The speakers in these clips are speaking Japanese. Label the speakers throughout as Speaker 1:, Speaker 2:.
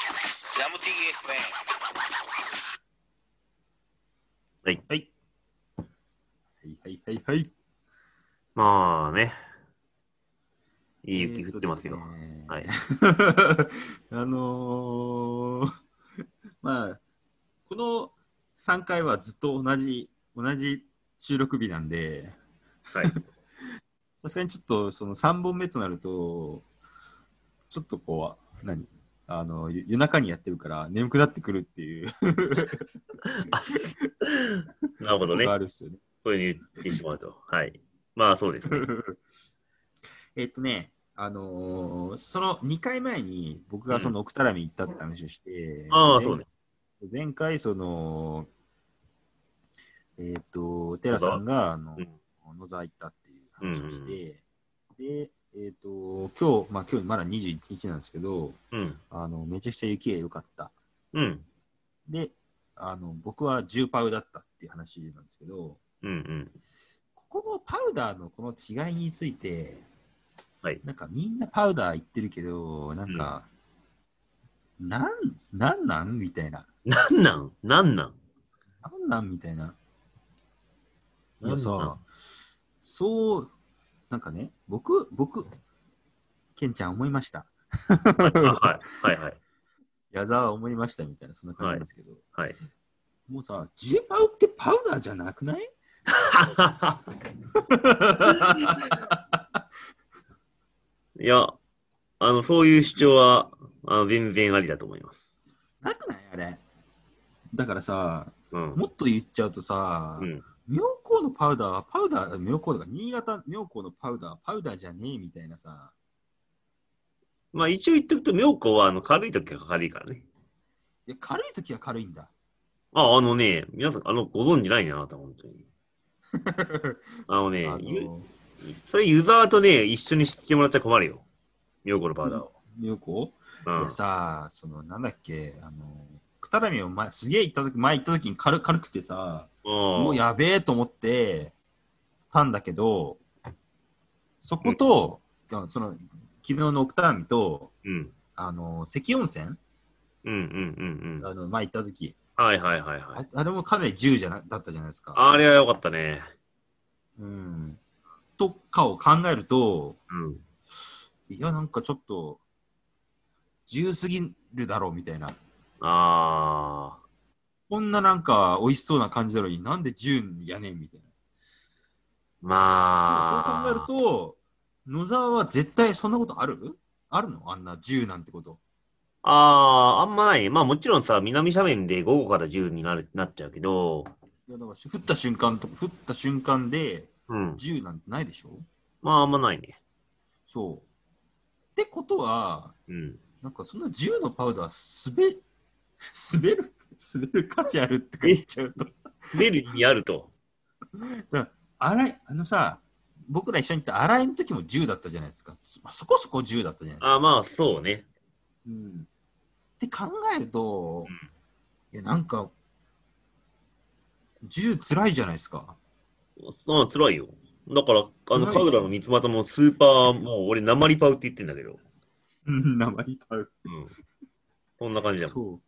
Speaker 1: ラム TFM。
Speaker 2: はい。
Speaker 3: はい。はいはいはいはい。
Speaker 2: まあね。いい雪降ってますよ。
Speaker 3: え
Speaker 2: はい。
Speaker 3: ーとですね あのーまあ、この3回はずっと同じ、同じ収録日なんで、
Speaker 2: はい。
Speaker 3: さすがにちょっとその3本目となると、ちょっとこう、何あのゆ夜中にやってるから眠くなってくるっていう
Speaker 2: なるほど
Speaker 3: の
Speaker 2: ね。
Speaker 3: があ
Speaker 2: こ
Speaker 3: るんですよね。
Speaker 2: ういうふうに言ってしまうと。はい。まあそうです ね。
Speaker 3: えっとね、あのーその2回前に僕がその奥多良に行ったって話をして、
Speaker 2: ああ、そうね。
Speaker 3: 前前回、その、えっ、と、寺さんが、あの、野沢行ったっていう話をして、で、えっ、と、今日、まあ今日まだ21日なんですけど、
Speaker 2: うん。
Speaker 3: あの、めちゃくちゃ雪が良かった。
Speaker 2: うん。
Speaker 3: で、あの、僕は重パウだったっていう話なんですけど、
Speaker 2: うんうん。
Speaker 3: ここのパウダーのこの違いについて、
Speaker 2: はい
Speaker 3: なんかみんなパウダー言ってるけど、なんか、なん、なんなんみたいな。
Speaker 2: なんなんなんなん
Speaker 3: なんなんみたいな。い
Speaker 2: なんな
Speaker 3: や
Speaker 2: ん
Speaker 3: さ、そう、なんかね、僕、僕、ケンちゃん思いました。
Speaker 2: あはい。はいはい。
Speaker 3: 矢沢思いましたみたいな、そんな感じなんですけど。
Speaker 2: はい。
Speaker 3: もうさ、ジュパウってパウダーじゃなくない
Speaker 2: いや、あの、そういう主張は、あの全然ありだと思います。
Speaker 3: なくないあれ。だからさ、
Speaker 2: うん。
Speaker 3: もっと言っちゃうとさ、
Speaker 2: うん、
Speaker 3: 妙高のパウダーはパウダー、妙高だから、新潟妙高のパウダーはパウダーじゃねえみたいなさ、
Speaker 2: まあ一応言っとくと、妙子はあの軽い時が軽いからね。
Speaker 3: いや軽い時は軽いんだ。
Speaker 2: あ、あのね、皆さん、あの、ご存知ないな、あなた、本当に。あのね、
Speaker 3: あ
Speaker 2: ゆ
Speaker 3: の
Speaker 2: それユーザーとね、一緒に知ってもらっちゃ困るよ。妙子のパウダーを。
Speaker 3: 妙高、
Speaker 2: うん
Speaker 3: いやさ、そのなんだっけ、あの、くたらみを前すげえ行った時前行った時に軽軽くてさ、
Speaker 2: うん
Speaker 3: もうやべえと思ってたんだけど、そこと、あその昨日の奥多摩と、
Speaker 2: うん。
Speaker 3: あの関温泉、
Speaker 2: うんうんうんうん。
Speaker 3: あの前行った時
Speaker 2: はいはいはいは
Speaker 3: あ
Speaker 2: い。
Speaker 3: あれもかなり10じゃなだったじゃないですか。
Speaker 2: あれは良かったね。
Speaker 3: うんとかを考えると、
Speaker 2: うん。
Speaker 3: いや、なんかちょっと、自由すぎるだろうみたいな。
Speaker 2: あ
Speaker 3: こんななんか美味しそうな感じなのになんで自由やねんみたい
Speaker 2: ー。
Speaker 3: な。
Speaker 2: まあ。
Speaker 3: そう考えると、野沢は絶対そんなことあるあるのあんな自由なんてこと。
Speaker 2: ああ、あんまない。まあもちろんさ、南斜面で午後から10になるなっちゃうけど、
Speaker 3: いや、だから降った瞬間と、降った瞬間で
Speaker 2: うん。
Speaker 3: 自由なんてないでしょ
Speaker 2: まああんまないね。
Speaker 3: そう。ってことは、
Speaker 2: うん。
Speaker 3: なんかそんな自由のパウダー滑、滑る、滑る価値あるって言っちゃうと。
Speaker 2: ベルにあると。
Speaker 3: 洗い、あのさ、僕ら一緒に行った洗いの時も10だったじゃないですか。つまあそこそこ10だったじゃないですか。
Speaker 2: ああ、まあそうね。
Speaker 3: うん、って考えると、
Speaker 2: うん
Speaker 3: いや、なんか、10辛いじゃないですか。
Speaker 2: ああ、辛いよ。だから、あの、
Speaker 3: 辛い
Speaker 2: パウダーの三つ股もスーパー、もう俺、鉛パウって言ってんだけど。
Speaker 3: うん、鉛パウ。
Speaker 2: うん。そんな感じだもん。
Speaker 3: そ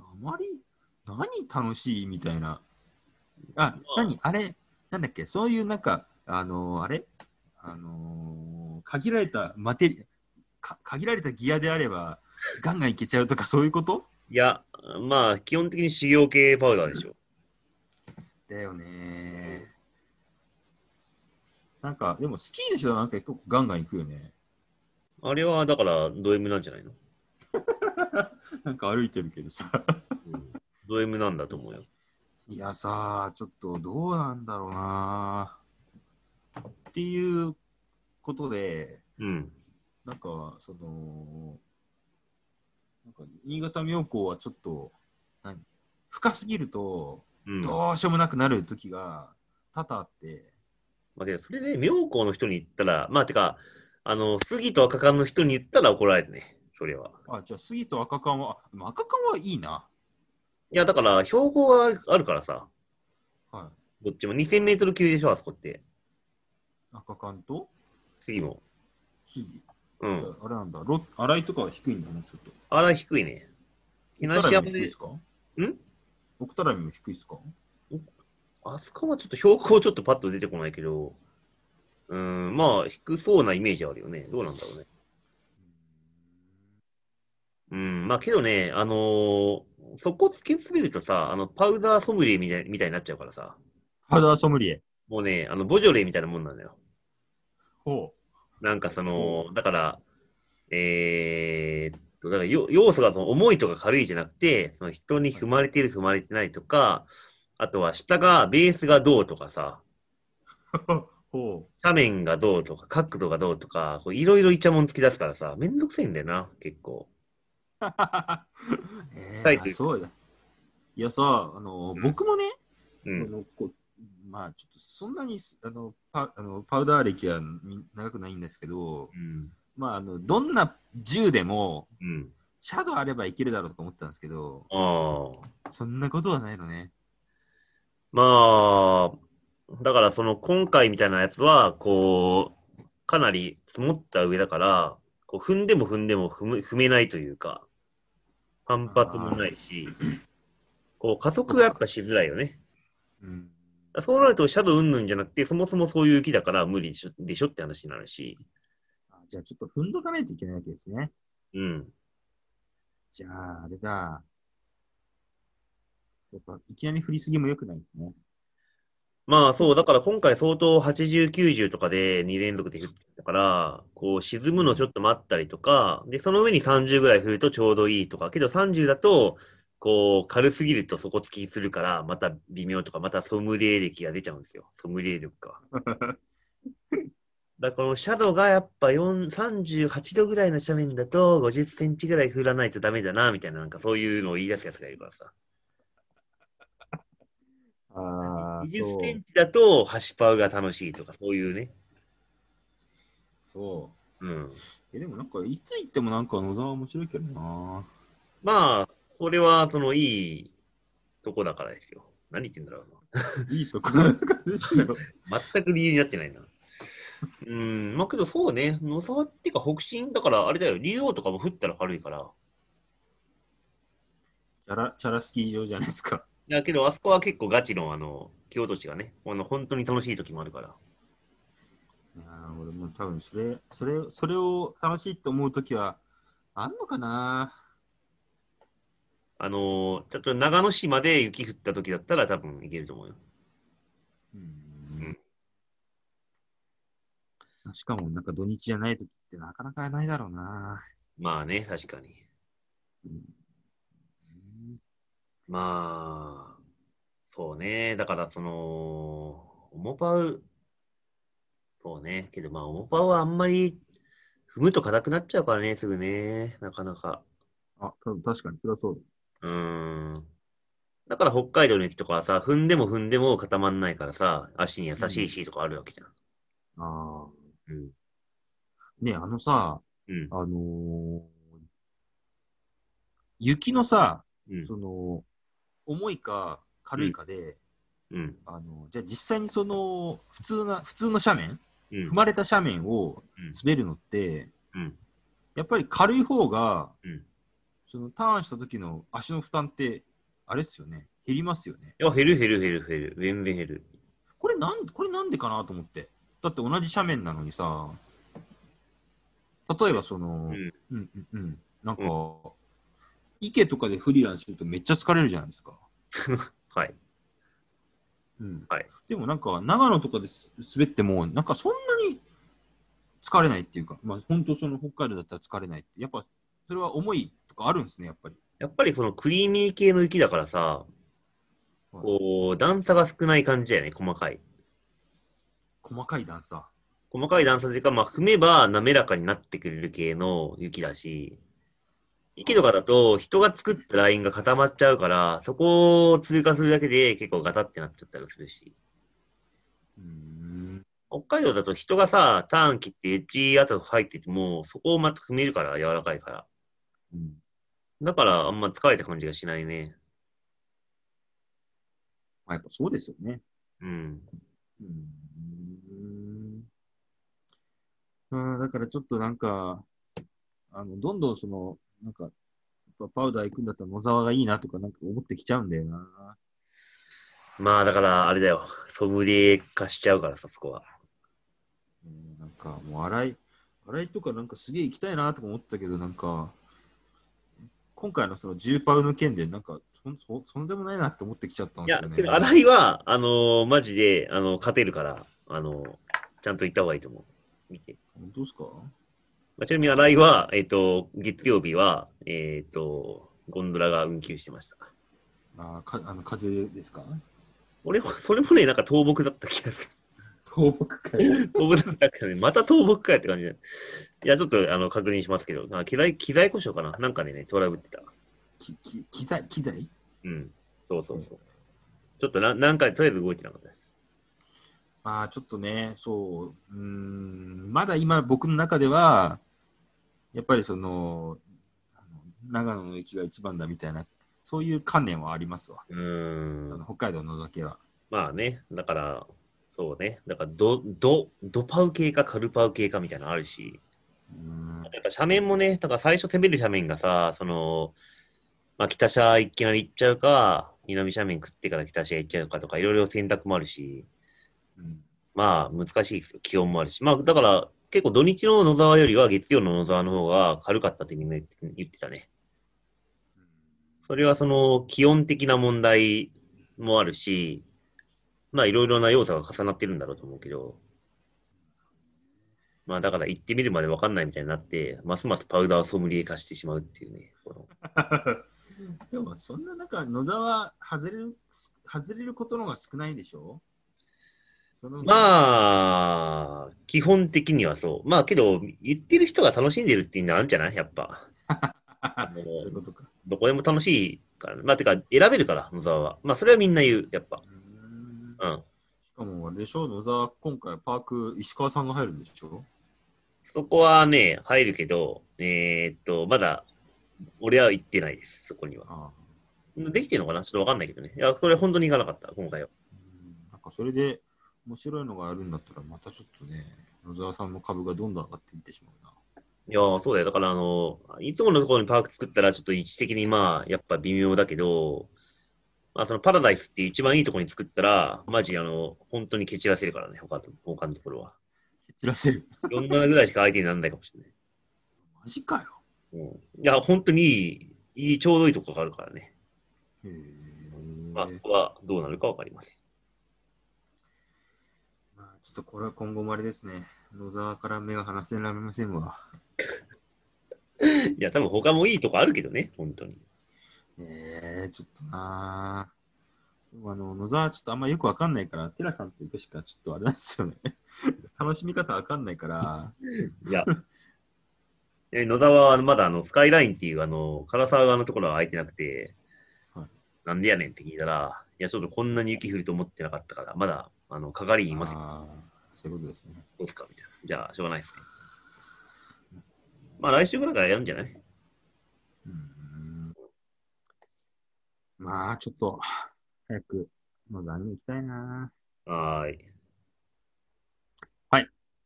Speaker 3: う。鉛、何楽しいみたいな。あ
Speaker 2: ま、あ
Speaker 3: 何あれ、なんだっけそういうなんか、あのーあれあのー限られたマテリ、か限られたギアであれば、ガンガンいけちゃうとか、そういうこと
Speaker 2: いや、まあ、基本的に修行系パウダーでしょ。
Speaker 3: だよねなんか、でもスキーの人はなんか結構ガンガン行くよね。
Speaker 2: あれは、だから、ド M なんじゃないの、
Speaker 3: なんか歩いてるけどさ。
Speaker 2: うん、ド M なんだと思うよ。
Speaker 3: いやさ、ちょっとどうなんだろうなっていうことで、
Speaker 2: うん。
Speaker 3: なんか、その、なんか新潟妙高はちょっと、何深すぎると、
Speaker 2: うん。
Speaker 3: どうしようもなくなる時が多々あって、
Speaker 2: まあ、けど、それで、妙高の人に言ったら、まあ、てか、あの、杉と赤缶の人に言ったら怒られるね。それは。
Speaker 3: あ、じゃあ杉と赤缶は、あでも赤缶はいいな。
Speaker 2: いや、だから、標高があるからさ、
Speaker 3: は
Speaker 2: どっちも2000メートル級でしょ、あそこって。
Speaker 3: い。赤缶と
Speaker 2: 杉も。
Speaker 3: 杉。
Speaker 2: う
Speaker 3: じゃ
Speaker 2: ん。
Speaker 3: ああれなんだ、ロ洗いとかは低いんだね、ちょっと。
Speaker 2: あら、低いね。東
Speaker 3: 山
Speaker 2: 山
Speaker 3: も低いで、
Speaker 2: です
Speaker 3: かん
Speaker 2: ん
Speaker 3: 奥多良も低いですか
Speaker 2: あそこはちょっと標高ちょっとパッと出てこないけど、うーん、まあ、低そうなイメージあるよね。どうなんだろうね。うん、まあけどね、あのーそこ突き詰めるとさ、あの、パウダーソムリエみたいみたいになっちゃうからさ、
Speaker 3: 肌ソムリエ。
Speaker 2: もうね、あの、ボジョレーみたいなもんなんだよ。
Speaker 3: ほ
Speaker 2: なんかその、だから、えーっと、だからよ要素がその重いとか軽いじゃなくて、その人に踏まれてる踏まれてないとか、あとは下が、ベースがどうとかさ、
Speaker 3: う。 ほ
Speaker 2: 斜面がどうとか、角度がどうとか、こういろいろイチャモンつき出すからさ、めんどくせえんだよな、結構。
Speaker 3: う。え
Speaker 2: タイトル
Speaker 3: ー、そうだ。いやさ、あの、
Speaker 2: うん
Speaker 3: 僕もね、
Speaker 2: う
Speaker 3: こ
Speaker 2: ん。
Speaker 3: のこうまあ、ちょっとそんなにあのパあのパウダー歴はみ長くないんですけど、
Speaker 2: うん。
Speaker 3: まあ、あのどんな銃でも、
Speaker 2: うん。
Speaker 3: シャドウあればいけるだろうとか思ってたんですけど、
Speaker 2: ああ。
Speaker 3: そんなことはないのね。
Speaker 2: まあ、だからその今回みたいなやつは、こう、かなり積もった上だから、こう踏んでも踏んでも踏む踏めないというか、反発もないし、こう加速がやっぱしづらいよね。
Speaker 3: うん、
Speaker 2: そうなるとシャドウうんぬんじゃなくて、そもそもそういう木だから無理でしょでしょって話になるし、
Speaker 3: あじゃあ、ちょっと踏んどかないといけないわけですね。
Speaker 2: うん。
Speaker 3: じゃあ、あれだ。やっぱ、いきなり振りすぎも良くないですね。
Speaker 2: まあそう、だから今回相当80、90とかで2連続で振ってたから、こう沈むのちょっと待ったりとか、で、その上に30ぐらい振るとちょうどいいとか、けど30だと、こう軽すぎると底突きするから、また微妙とか、またソムリエ力が出ちゃうんですよ。ソムリエ力 か。だからこのシャドウがやっぱ4 38度ぐらいの斜面だと50センチぐらい振らないとダメだな、みたいな、なんかそういうのを言い出すやつがいるからさ。
Speaker 3: ああ、
Speaker 2: 20
Speaker 3: そ
Speaker 2: セ
Speaker 3: う
Speaker 2: ン。チだと端パウが楽しいとか、そういうね。
Speaker 3: そ
Speaker 2: うん。
Speaker 3: う。え、でもなんか、いつ行ってもなんか野沢面白いけどな。
Speaker 2: まあ、それは、その、いいとこだからですよ。何言ってんだろう
Speaker 3: いいとこなんですよ。
Speaker 2: な。全く理由になってないな。うん、まあけどそうね、野沢っていうか北進だから、あれだよ、竜王とかも降ったら軽いから。
Speaker 3: チャラ、チャラスキー場じゃないですか。
Speaker 2: だけど、あそこは結構ガチの、あの、気落としがね、あの本当に楽しい時もあるから。
Speaker 3: いやー俺も多分それ、それ、それを楽しいと思うときは、あんのかな
Speaker 2: あの、ちょっと長野市まで雪降った時だったら多分いけると思うよ。
Speaker 3: うん。しかも、なんか土日じゃないときってなかなかないだろうな。
Speaker 2: まあね、確かに。まあ、そうね。だから、その、オモパウ、そうね。けど、まあ、オモパウはあんまり踏むと硬くなっちゃうからね、すぐね。なかなか。
Speaker 3: あ、多分確かに、それはそう
Speaker 2: うーん。だから、北海道の雪とかはさ、踏んでも踏んでも固まんないからさ、足に優しいしとかあるわけじゃん。
Speaker 3: だ。ああ。
Speaker 2: うん。
Speaker 3: ねえあのさ、
Speaker 2: うん。
Speaker 3: あのー雪のさ、
Speaker 2: うん。
Speaker 3: その、重いか軽いかで、
Speaker 2: うん。
Speaker 3: あのじゃあ実際にその、普通な、普通の斜面、
Speaker 2: うん
Speaker 3: 踏まれた斜面を
Speaker 2: うん
Speaker 3: 滑るのって、
Speaker 2: うん
Speaker 3: やっぱり軽い方が、
Speaker 2: うん
Speaker 3: そのターンした時の足の負担って、あれっすよね、減りますよね。
Speaker 2: いや、減る減る減る減る。全然減る。
Speaker 3: これなん、これなんでかなと思って。だって同じ斜面なのにさ、例えばその、
Speaker 2: ん
Speaker 3: うんうんうん、なんか、
Speaker 2: う
Speaker 3: 池とかでフリーランするとめっちゃ疲れるじゃないですか。
Speaker 2: はい。
Speaker 3: うん
Speaker 2: はい
Speaker 3: でもなんか、長野とかです滑っても、なんかそんなに疲れないっていうか、まあ本当その北海道だったら疲れないって、やっぱそれは重いとかあるんですね、やっぱり。
Speaker 2: やっぱりそのクリーミー系の雪だからさ、こう、段差が少ない感じだよね、細かい。
Speaker 3: 細かい段差。
Speaker 2: 細かい段差というか、まあ、踏めば滑らかになってくれる系の雪だし、池とかだと人が作ったラインが固まっちゃうから、そこを通過するだけで結構ガタってなっちゃったりするし、
Speaker 3: うーん。
Speaker 2: 北海道だと人がさ、ターン切ってエッジ跡入ってても、そこをまた踏めるから、柔らかいから。
Speaker 3: うん
Speaker 2: だからあんま疲れた感じがしないね。
Speaker 3: まあやっぱそうですよね。
Speaker 2: うん。
Speaker 3: うーん。うん、だからちょっとなんか、あの、どんどんその、なんか、ぱパウダー行くんだったら野沢がいいなとかなんか思ってきちゃうんだよな。
Speaker 2: まあだから、あれだよ。ソムリエ化しちゃうからさ、そこは。
Speaker 3: えーなんかもう洗い、洗いとかなんかすげえ行きたいなとか思ってたけど、なんか、今回のその10パウの件で、なんかそん、そ、そんでもないなって思ってきちゃったん
Speaker 2: い
Speaker 3: で
Speaker 2: や、
Speaker 3: すよね。
Speaker 2: けど新井は、あのーマジで、あの勝てるから、あのーちゃんと行った方がいいと思う。見て。
Speaker 3: 本当ですか
Speaker 2: まあ、ちなみに新井は、えっ、と、月曜日は、えっ、と、ゴンドラが運休してました。
Speaker 3: あーかあの風邪ですか
Speaker 2: 俺も、それもね、なんか倒木だった気がす
Speaker 3: 倒木 かよ。
Speaker 2: る。倒木だったからね、また倒木かよって感じで。いや、ちょっと、あの、確認しますけど、あ機材、機材故障かななんかでね、トラブってた。
Speaker 3: きき機材機材
Speaker 2: うん。そうそうそう。ちょっとな、何回、とりあえず動いてなかったです。
Speaker 3: まあちょっとね、そう、うーん、まだ今僕の中では、やっぱりその、あの長野の駅が一番だみたいな、そういう観念はありますわ。
Speaker 2: う
Speaker 3: あ
Speaker 2: ーん
Speaker 3: の。北海道のだけは。
Speaker 2: まあね、だから、そうね、だからド、ド、ドパウ系かカルパウ系かみたいなのあるし、
Speaker 3: うーん
Speaker 2: あとやっぱ斜面もね、だから最初攻める斜面がさ、その、まあ、北斜いきなり行っちゃうか、南斜面食ってから北斜行っちゃうかとか、いろいろ選択もあるし、
Speaker 3: うん
Speaker 2: まあ難しいですよ、気温もあるし。まあだから、結構土日の野沢よりは月曜の野沢の方が軽かったってみんな言って言ってたね。それはその気温的な問題もあるし、まあいろいろな要素が重なってるんだろうと思うけど、まあだから行ってみるまで分かんないみたいになって、ますますパウダーをソムリエ化してしまうっていうね。この
Speaker 3: でもそんな中、野沢外れる、外れることの方が少ないでしょその
Speaker 2: まあ、基本的にはそう。まあけど、言ってる人が楽しんでるっていうのはあるんじゃないやっぱ。
Speaker 3: あ そういうことか。
Speaker 2: どこでも楽しいから。まあてか、選べるから、野沢は。まあそれはみんな言う、やっぱ。
Speaker 3: うーん
Speaker 2: うん。
Speaker 3: しかもあれでしょ、野沢、今回パーク、石川さんが入るんでしょ
Speaker 2: そこはね、入るけど、えーっと、まだ、俺は行ってないです、そこには。
Speaker 3: ああ
Speaker 2: できてるのかなちょっとわかんないけどね。いや、それ本当に行かなかった、今回は。
Speaker 3: うんなんかそれで面白いのがあるんだったら、またちょっとね、野沢さんの株がどんどん上がっていってしまうな。
Speaker 2: いやー、そうだよ。だから、あの、いつものところにパーク作ったら、ちょっと位置的にまあ、やっぱ微妙だけど、まあ、そのパラダイスっていう一番いいところに作ったら、マジ、あの、本当に蹴散らせるからね、他の他のところは。
Speaker 3: 蹴散らせる。
Speaker 2: 47ぐらいしか相手にならないかもしれない。
Speaker 3: マジかよ。
Speaker 2: うん、いや、本当にいい、いい、ちょうどいいところがあるからね。
Speaker 3: へえ
Speaker 2: まあ、そこはどうなるかわかりません。
Speaker 3: まあ、ちょっとこれは今後もあれですね。野沢から目が離せられませんわ。
Speaker 2: いや、多分他もいいとこあるけどね、本当に。
Speaker 3: ええちょっとなでもあの、野沢ちょっとあんまよくわかんないから、テラさんと行くしかちょっとあれなんですよね。 楽しみ方わかんないから、
Speaker 2: いや。 え野沢はまだあのスカイラインっていうあの唐沢側のところは空いてなくて、
Speaker 3: はい
Speaker 2: なんでやねんって聞いたら、いや、ちょっとこんなに雪降ると思ってなかったから、まだあの係員いますよ、
Speaker 3: ああそういうことですね。
Speaker 2: どうすかみたいな。じゃあ、しょうがないですね。まあ、来週ぐらいからやるんじゃない
Speaker 3: うんうんまあ、ちょっと、早く、野沢に行きたいな
Speaker 2: はーい。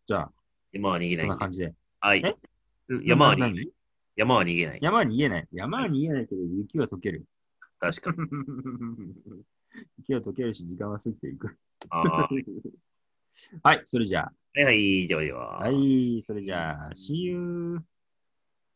Speaker 3: じゃあ、
Speaker 2: 山は逃げな
Speaker 3: そ
Speaker 2: い
Speaker 3: ん
Speaker 2: ん
Speaker 3: な
Speaker 2: で。
Speaker 3: 感じで。
Speaker 2: はい
Speaker 3: え。
Speaker 2: うん山は逃げない。
Speaker 3: 何
Speaker 2: 山は逃げない。
Speaker 3: 山は逃げない。山は逃げないけど、雪は溶ける。
Speaker 2: 確かに。
Speaker 3: 雪は溶けるし、時間は過ぎていく。
Speaker 2: あーは
Speaker 3: はい、それじゃ
Speaker 2: いはい、ではでは。
Speaker 3: あ。は。い、それじゃあ、See you!